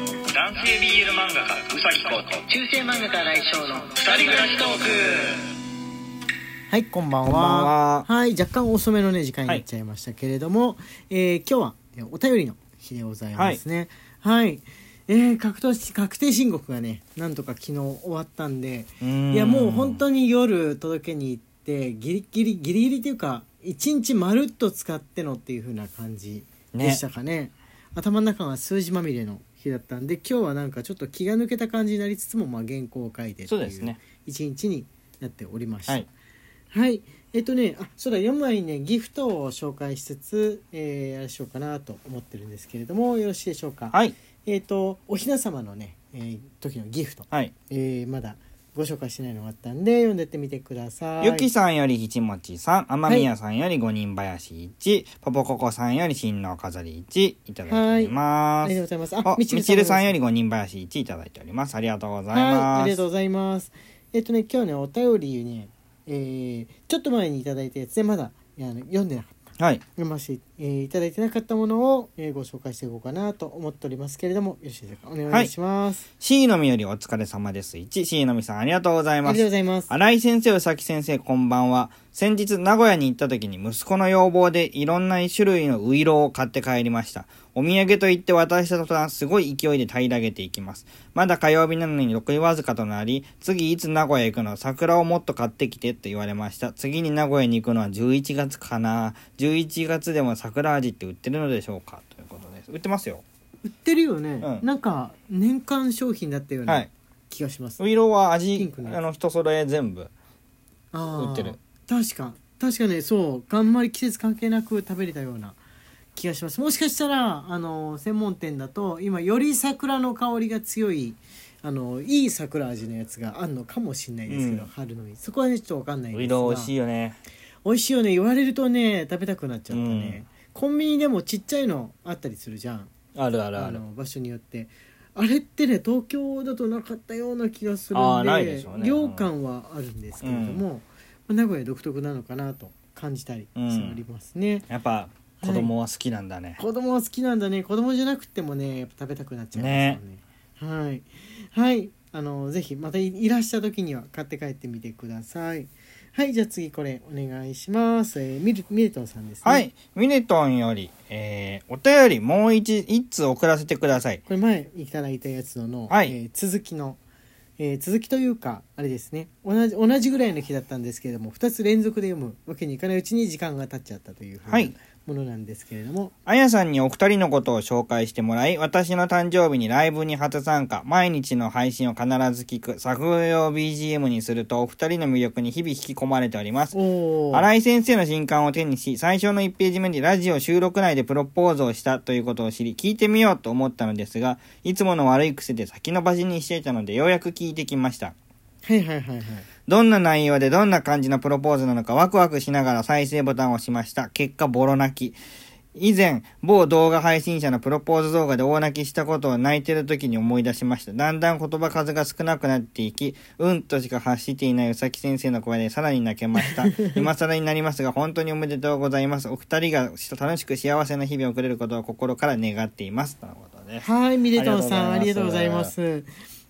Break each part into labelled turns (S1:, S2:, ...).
S1: 性 BL 漫画家うさぎこと
S2: 中世漫画家来翔の
S1: 二人暮らしトーク
S2: はいこんばんは
S3: こんばんはい
S2: 若干遅めのね時間になっちゃいましたけれども、えー今日はえーお便りの日でございますねはい、えー確定し確定申告がねなんとか昨日終わったんで
S3: い
S2: いやもう本当に夜届けに行ってギリギリギリギリっていうか一日まるっと使ってのっていう風な感じでしたかね頭の中が数字まみれの日だったんで今日はなんかちょっと気が抜けた感じになりつつも、まあ、原稿を書いてって
S3: そうで
S2: い
S3: す
S2: う
S3: ね
S2: 一日になっておりました。
S3: はい
S2: はい。えっとね、あ、そうだ、読む前にね、ギフトを紹介しつつ、えー、あれしようかなと思ってるんですけれども、よろしいでしょうか。
S3: はい
S2: えっと、おひな様のね、えー時のギフト、
S3: はい
S2: えーまだご紹介してないのがあったんで、読んでってみてください。
S3: ゆきさんよりひちもちさん天宮さんより五人林一ポポココさんより新郎飾り一いただいており
S2: あ
S3: ま
S2: りがとう
S3: す
S2: ございます。
S3: あみちるさんよ
S2: り
S3: り五人林一いただいておりますありがとうござい
S2: はい、あ
S3: ま
S2: りがとう
S3: す
S2: ございます。えっとね、今日ね、お便りね、えーちょっと前にいただいたやつで、まだいやあの読んでなかった。
S3: はい
S2: 読ませて、えーいただいてなかったものを、えーご紹介していこうかなと思っておりますけれどもよろしいですかお願いします、
S3: C のみよりお疲れ様です1 C のみさんありがとうござい
S2: あ
S3: ま
S2: りがとうご
S3: す
S2: ざいます
S3: 新井先生宇崎先生こんばんは先日名古屋に行った時に息子の要望でいろんな種類のウイローを買って帰りましたお土産と言って渡した途端すごい勢いで平らげていきますまだ火曜日なのに6位わずかとなり次いつ名古屋行くの桜をもっと買ってきてって言われました次に名古屋に行くのは11月かな11月でも桜味って売ってるのでしょうかということです売ってますよ
S2: 売ってるよね、
S3: うん
S2: なんか年間商品だったよう
S3: は
S2: ない気がします、
S3: ウイローは
S2: ピン
S3: 味
S2: クのやつ
S3: あの人揃え全部
S2: あー
S3: 売ってる
S2: 確か確かねそうあんまり季節関係なく食べれたような気がしますもしかしたらあの専門店だと今より桜の香りが強いあのいい桜味のやつがあるのかもしれないですけど、
S3: うん
S2: 春のにそこはねちょっとわかんないん
S3: ウ
S2: で
S3: イ
S2: すが
S3: ロー美味しいよね
S2: 美味しいよね言われるとね食べたくなっちゃったね、コンビニでもちっちゃいのあったりするじゃん
S3: あるあるあ
S2: あ
S3: る
S2: の場所によってあれってね東京だとなかったような気がする
S3: あ
S2: ん
S3: ー
S2: で
S3: ないでしょうね
S2: 量感はあるんですけれども、まあ名古屋独特なのかなと感じたりしておりますね、
S3: やっぱ子供は好きなんだね、
S2: 子供は好きなんだね子供じゃなくてもねやっぱ食べたくなっちゃいますよねはいはいあのぜひまたいいらした時には買って帰ってみてくださいはいじゃあ次これお願いします、えー、ミルミルトンさんですね
S3: はいミネトンより、えー、お便りもう一一通送らせてください
S2: これ前いただいたやつのの、
S3: はい
S2: えー続きの、えー続きというかあれですね同じ同じぐらいの日だったんですけれども2つ連続で読むわけにいかないうちに時間が経っちゃったというふうな
S3: はい
S2: ものなんですけれども、
S3: あやさんにお二人のことを紹介してもらい、私の誕生日にライブに初参加、毎日の配信を必ず聞く、作業用 BGM にするとお二人の魅力に日々引き込まれております。
S2: おー
S3: 新井先生の新刊を手にし、最初の1ページ目でラジオ収録内でプロポーズをしたということを知り、聞いてみようと思ったのですが、いつもの悪い癖で先延ばしにしていたので、ようやく聞いてきました。
S2: はいはいはいはい
S3: どんな内容でどんな感じのプロポーズなのかワクワクしながら再生ボタンを押しました。結果、ボロ泣き。以前、某動画配信者のプロポーズ動画で大泣きしたことを泣いてる時に思い出しました。だんだん言葉数が少なくなっていき、うんとしか発していないうさき先生の声でさらに泣けました。 今更になりますが、本当におめでとうございます。お二人が楽しく幸せな日々を送れることを心から願っています。とのことです。
S2: はいミレトンさんあ
S3: あ
S2: り
S3: り
S2: がとうご
S3: がとうご
S2: ざ
S3: ざ
S2: い
S3: い
S2: ま
S3: ます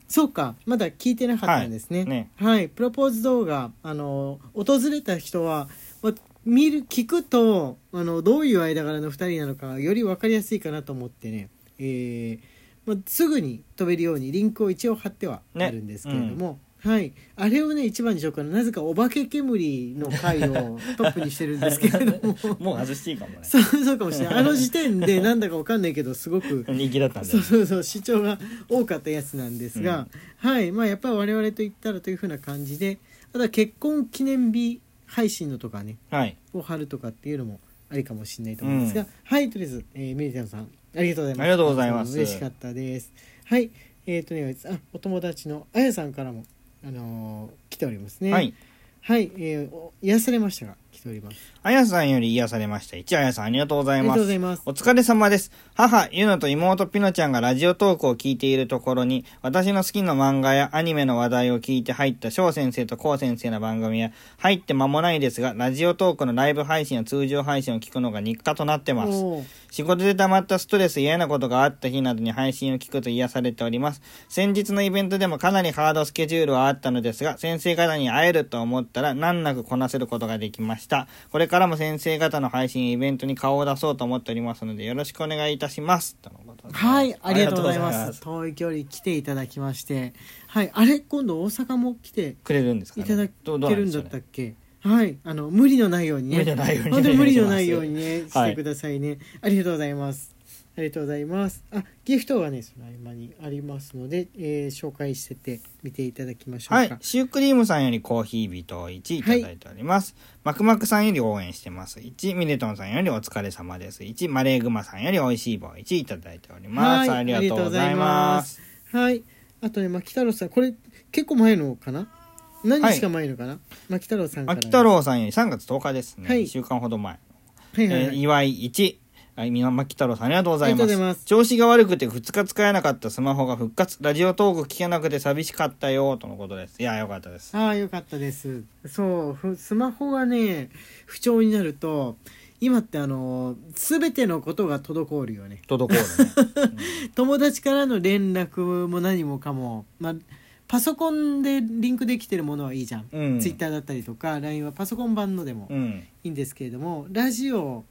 S2: そうかまだ聞いてなかったんですね,、は
S3: はいいね
S2: プロポーズ動画あの訪れた人はま見る聞くとあのどういう間柄の2人なのかより分かりやすいかなと思ってね、えーまあ、すぐに飛べるようにリンクを一応貼ってはあ
S3: ね
S2: るんですけれども、はい、あれをね一番にしようかななぜかお化け煙の回をトップにしてるんですけれど も
S3: もう外していいかもね。
S2: そうそうかもしれないあの時点でなんだか分かんないけどすごく
S3: 人気だったんで
S2: そう。そうそう主張が多かったやつなんですが、はいまあやっぱり我々と言ったらというふうな感じであとは結婚記念日配信のとかね
S3: はい。
S2: を貼るとかっていうのもありかもしれないと思うんですが、
S3: うん
S2: はいとりあえず、えー、ミリタンさんありがとうございます
S3: ありがとうございます
S2: 嬉しかったですはいえー、とねあお友達のあやさんからもあのー来ておりますね
S3: はい。
S2: はい、えーお癒されましたが来ております
S3: あやさんより癒されました。一あやさんありがとうござ
S2: あ
S3: い
S2: りが
S3: ま
S2: とう
S3: す
S2: ござ。います
S3: お疲れ様です。母、ゆのと妹ピノちゃんがラジオトークを聞いているところに、私の好きな漫画やアニメの話題を聞いて入った翔先生とコウ先生の番組や、入って間もないですが、ラジオトークのライブ配信や通常配信を聞くのが日課となってます。
S2: おー
S3: 仕事で溜まったストレス、嫌なことがあった日などに配信を聞くと癒されております。先日のイベントでもかなりハードスケジュールはあったのですが、先生方に会えると思ったら難なくこなせることができました。これからも先生方の配信、イベントに顔を出そうと思っておりますので、よろしくお願いいたします。とのことです
S2: はいありがとうございます
S3: ありがとうござい
S2: 遠
S3: ま
S2: い距離来ていただきましてはいあれ今度大阪も来て
S3: くれるんですか、
S2: い
S3: ね、
S2: ただけるんだった
S3: どう
S2: っけ、はいあの無理のないようにね
S3: 無理のないようにね
S2: 本当に無理のない
S3: お
S2: よう
S3: 願いし
S2: に
S3: ます
S2: ねし
S3: は
S2: て
S3: い
S2: くださいね、ありがとうございますありがとうございますあギフトがねその合間にありますので、えー紹介してて見ていただきましょうか
S3: なん
S2: は
S3: でしょうねはい。シュークリームさんよりコーヒービト1いただいております。マクマクさんより応援してます。1、ミレトンさんよりお疲れ様です。1、マレーグマさんよりおいしい棒1いただいております。
S2: はい
S3: ありがとうございます。
S2: い、あとね牧太郎さんこれ結構前のかな何日か前のかな、牧太郎さんから、
S3: 秋太郎さんより3月10日ですね。
S2: はい
S3: 1週間ほど前。
S2: はいはい
S3: え
S2: は
S3: ー
S2: い、
S3: 岩井1。はい、みなまき太郎さんありがとうござい
S2: あ
S3: ま
S2: りがとう
S3: す。
S2: ございます
S3: 調子が悪くて2日使えなかったスマホが復活。ラジオトーク聞けなくて寂しかったよ、とのことです。いや、よかったです。
S2: ああよかったですそうふスマホがね不調になると今ってあの全てのことが滞るよね
S3: 滞るね。
S2: 友達からの連絡も何もかも、まあ、パソコンでリンクできてるものはいいじゃん、
S3: うん
S2: Twitter だったりとか LINE はパソコン版のでも
S3: うん。
S2: いいんですけれども、ラジオ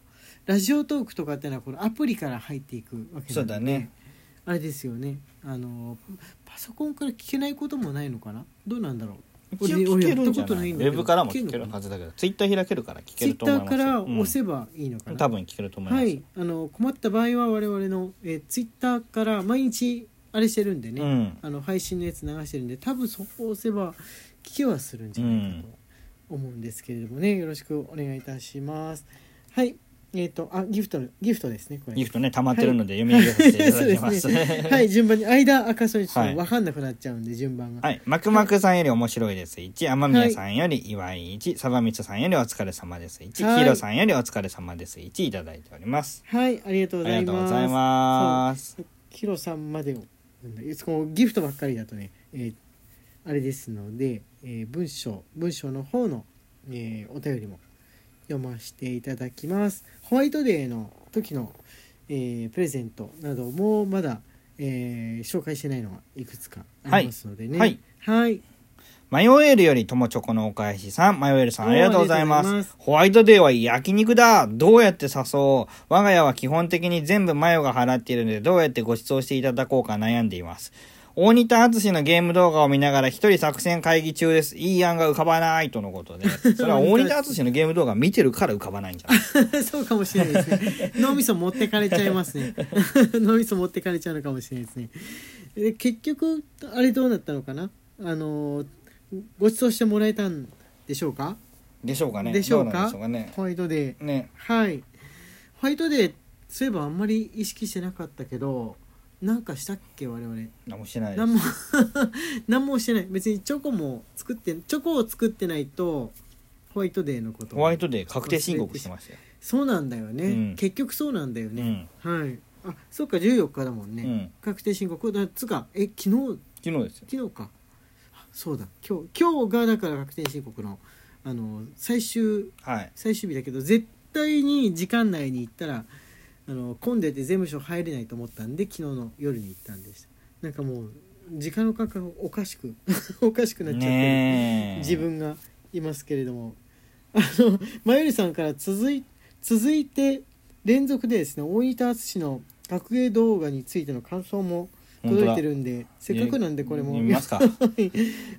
S2: ラジオトークとかってのはこのアプリから入っていくわけ な
S3: そうん
S2: で
S3: だね。
S2: あれですよねあのパソコンから聞けないこともないのかなどうなんだろう
S3: 一応聞ける
S2: 俺や
S3: んじ
S2: った
S3: ゃ
S2: こと
S3: ない
S2: い
S3: ウ
S2: んだけ
S3: ェ
S2: ど
S3: ブからも聞け
S2: の
S3: る
S2: かな
S3: はずだけど、ツイッター開けるから聞け
S2: ツイ
S3: る
S2: ッ
S3: と
S2: タ
S3: 思いま
S2: ー
S3: す。
S2: から
S3: うん
S2: 押せばいいのかな、
S3: 多分聞けると思います。
S2: はいあの困った場合は我々の、えー、ツイッターから毎日あれしてるんでね、
S3: うん
S2: あの配信のやつ流してるんで多分そこを押せば聞けはするんじゃないかと思うんですけれどもね、よろしくお願いいたしますはいえっ、とあギフトギフトですねこれ
S3: ギフトね、溜まってるので、読み上げさせていただきます。
S2: そうですねはい順番に間赤そいちょっ
S3: は
S2: と
S3: い
S2: 分かんなくなっちゃうんで、順番が
S3: はい。マクマクさんより面白いです。1、天宮さんより岩井1、サバミツさんよりお疲れ様です。
S2: は
S3: 1、
S2: い
S3: ヒロさんよりお疲れ様です。1、いただいております。
S2: はい、ありがとう
S3: あ
S2: ござい
S3: りがとう
S2: ま
S3: ご
S2: す。
S3: ざいます。
S2: ヒロさんまでを、このギフトばっかりだとね、えーあれですので、えー文章文章の方の、えーお便りも読ませていただきます。ホワイトデーの時の、えープレゼントなどもまだ、えー紹介してないのがいくつかありますのでね。
S3: はい
S2: はい
S3: 迷えるよりともチョコのお返しさん、迷えるさんありがとうございま
S2: ありがとうございますす。
S3: ホワイトデーは焼肉だどうやって誘おう我が家は基本的に全部マヨが払っているので、どうやってご馳走していただこうか悩んでいます。大仁田敦のゲーム動画を見ながら一人作戦会議中です。いい案が浮かばないとのこ とで。それは大仁田敦のゲーム動画見てるから浮かばないんじゃな い
S2: そうかもしれないです ね。脳みそ持ってかれちゃいますね。 脳みそ持ってかれちゃうのかもしれないですね。で結局あれどうなったのかな。あのご馳走してもらえたんでしょうか。
S3: でしょうかね。
S2: でしょう
S3: どなん
S2: か
S3: でしょうかね。
S2: ホワイトデー。
S3: ね。
S2: はい。ホワイトデーそういえばあんまり意識してなかったけど、なんかしたっけ我々。
S3: 何もしてないです
S2: 何。も 何もしてない。別にチョコも作ってチョコを作ってないとホワイトデーのこと。
S3: ホワイトデー確定申告してましたよ。
S2: そうなんだよね、
S3: うん
S2: 結局そうなんだよね、はいあそっか14日だもんね、
S3: うん
S2: 確定申告だつかえ昨日
S3: 昨日ですよ。
S2: 昨日かあそうだ今日今日がだから確定申告のあの最終
S3: はい。
S2: 最終日だけど絶対に時間内に行ったらあの混んでて税務署入れないと思ったんで昨日の夜に行ったんでしたなんかもう時間の感覚がおかしく おかしくなっちゃってる、
S3: ねえ
S2: 自分がいますけれどもあのまゆりさんから続い続いて連続でですね大仁田淳の学芸動画についての感想も届いてるんでせっかくなんでこれも
S3: 見ます か
S2: はい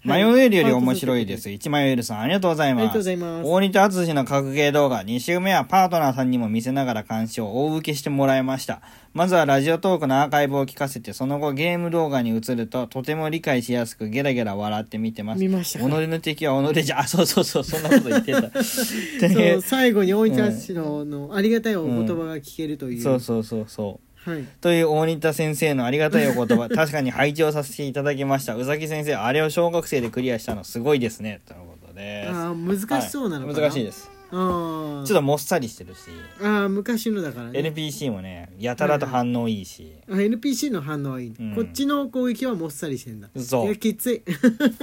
S3: 迷えるより面白いです。一迷えるさん、ありがとうござい
S2: ありが
S3: ま
S2: とうござ
S3: す。
S2: います
S3: 大仁田敦の格ゲー動画、2週目はパートナーさんにも見せながら鑑賞、大受けしてもらいました。まずはラジオトークのアーカイブを聞かせて、その後ゲーム動画に移ると、とても理解しやすく、ゲラゲラ笑って見てます。
S2: 見ました
S3: 己
S2: か
S3: の敵は己じゃ、あ、そうそうそう、そんなこと言って た。
S2: そう
S3: で
S2: 最後に大仁田淳ののありがたいお言葉が聞けるという、
S3: そうそうそうそう。
S2: はい
S3: という大仁田先生のありがたいお言葉確かに拝聴させていただきました宇崎先生あれを小学生でクリアしたのすごいですねとのことです
S2: あー難しそうなのかな
S3: はい難しいです
S2: あ
S3: ちょっともっさりしてるし、
S2: あー昔のだからね
S3: NPC もねやたらと反応いいし、
S2: あ NPC の反応はいい、
S3: うん
S2: こっちの攻撃はもっさりしてんだ
S3: そう
S2: いやきつい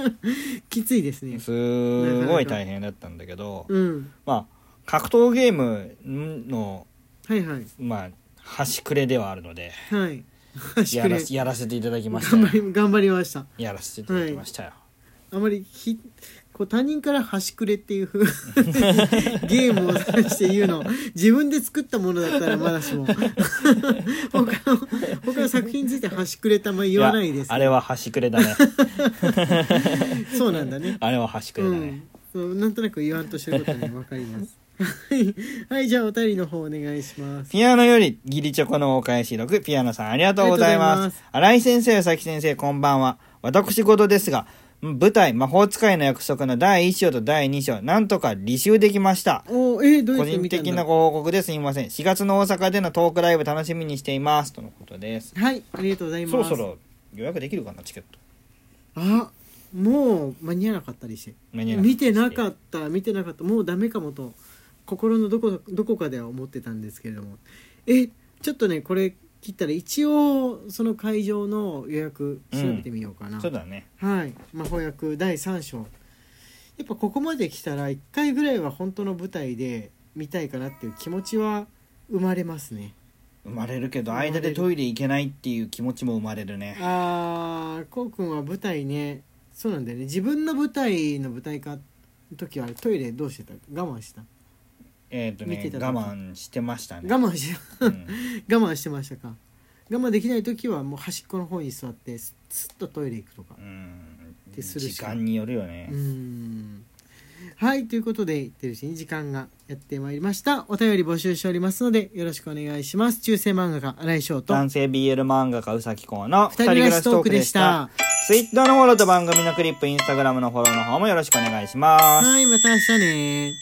S2: きついですね
S3: すごい大変だったんだけど、
S2: うん
S3: まあ格闘ゲームの
S2: はいはい
S3: まあ端くれではあるので
S2: はい
S3: やら
S2: 端くれ
S3: やらせていただきました
S2: 頑
S3: よ
S2: 張り頑張りました
S3: やらせていただきましたよ、
S2: あまりひこう他人から端くれっていうふう ゲームを出して言うの自分で作ったものだったらまだしも 他の他の作品について端くれたま言わないです
S3: やあれは端くれだね
S2: そうなんだ ね
S3: あれは端くれ
S2: う
S3: だね、
S2: んそうなんとなく言わんとしてることに分かりますはいはいじゃあお便りの方お願いします
S3: ピアノよりギリチョコのお返し録、ピアノさんありがとうござい
S2: ありがとうござい
S3: ま
S2: ますす。
S3: 新井先生、佐々木先生、こんばんは。私事ですが、舞台、魔法使いの約束の第1章と第2章、なんとか履修できました。
S2: おえーどうや
S3: 個
S2: って
S3: 人
S2: 見たんだ
S3: 的なご報告ですいません。4月の大阪でのトークライブ楽しみにしています。とのことです。
S2: はいありがとうございます
S3: そろそろ予約できるかな、チケット。
S2: あもう間に合わなかったりして
S3: 間に合わ
S2: 見てなか
S3: っ
S2: った見てなかったもうダメかもと心のどこどこかでは思ってたんですけれどもえちょっとねこれ切ったら一応その会場の予約調べてみようかな、
S3: そうだね。
S2: はい「魔法役第3章」やっぱここまで来たら1回ぐらいは本当の舞台で見たいかなっていう気持ちは生まれますね
S3: 生まれるけ
S2: 生
S3: ど、
S2: まれる
S3: 間でトイレ行けないっていう気持ちも生まれるね。
S2: あーこうくんは舞台ねそうなんだよね自分の舞台の舞台化の時はあれトイレどうしてた我慢してた
S3: えっと
S2: 見て
S3: ね、
S2: た時
S3: 我慢してましたね。
S2: 我慢して
S3: うん
S2: 我慢してましたか我慢できない時はもう端っこの方に座ってススッとトイレ行くとか
S3: うん
S2: てするし
S3: 時間によるよね
S2: うー、んはいということで言ってるうちに時間がやってまいりましたお便り募集しておりますのでよろしくお願いします中世漫画家新井翔と
S3: 男性 BL 漫画家宇崎公の
S2: 二人暮らしトークでした
S3: ツイッターのフォローと番組のクリップインスタグラムのフォローの方もよろしくお願いします
S2: はいまた明日ね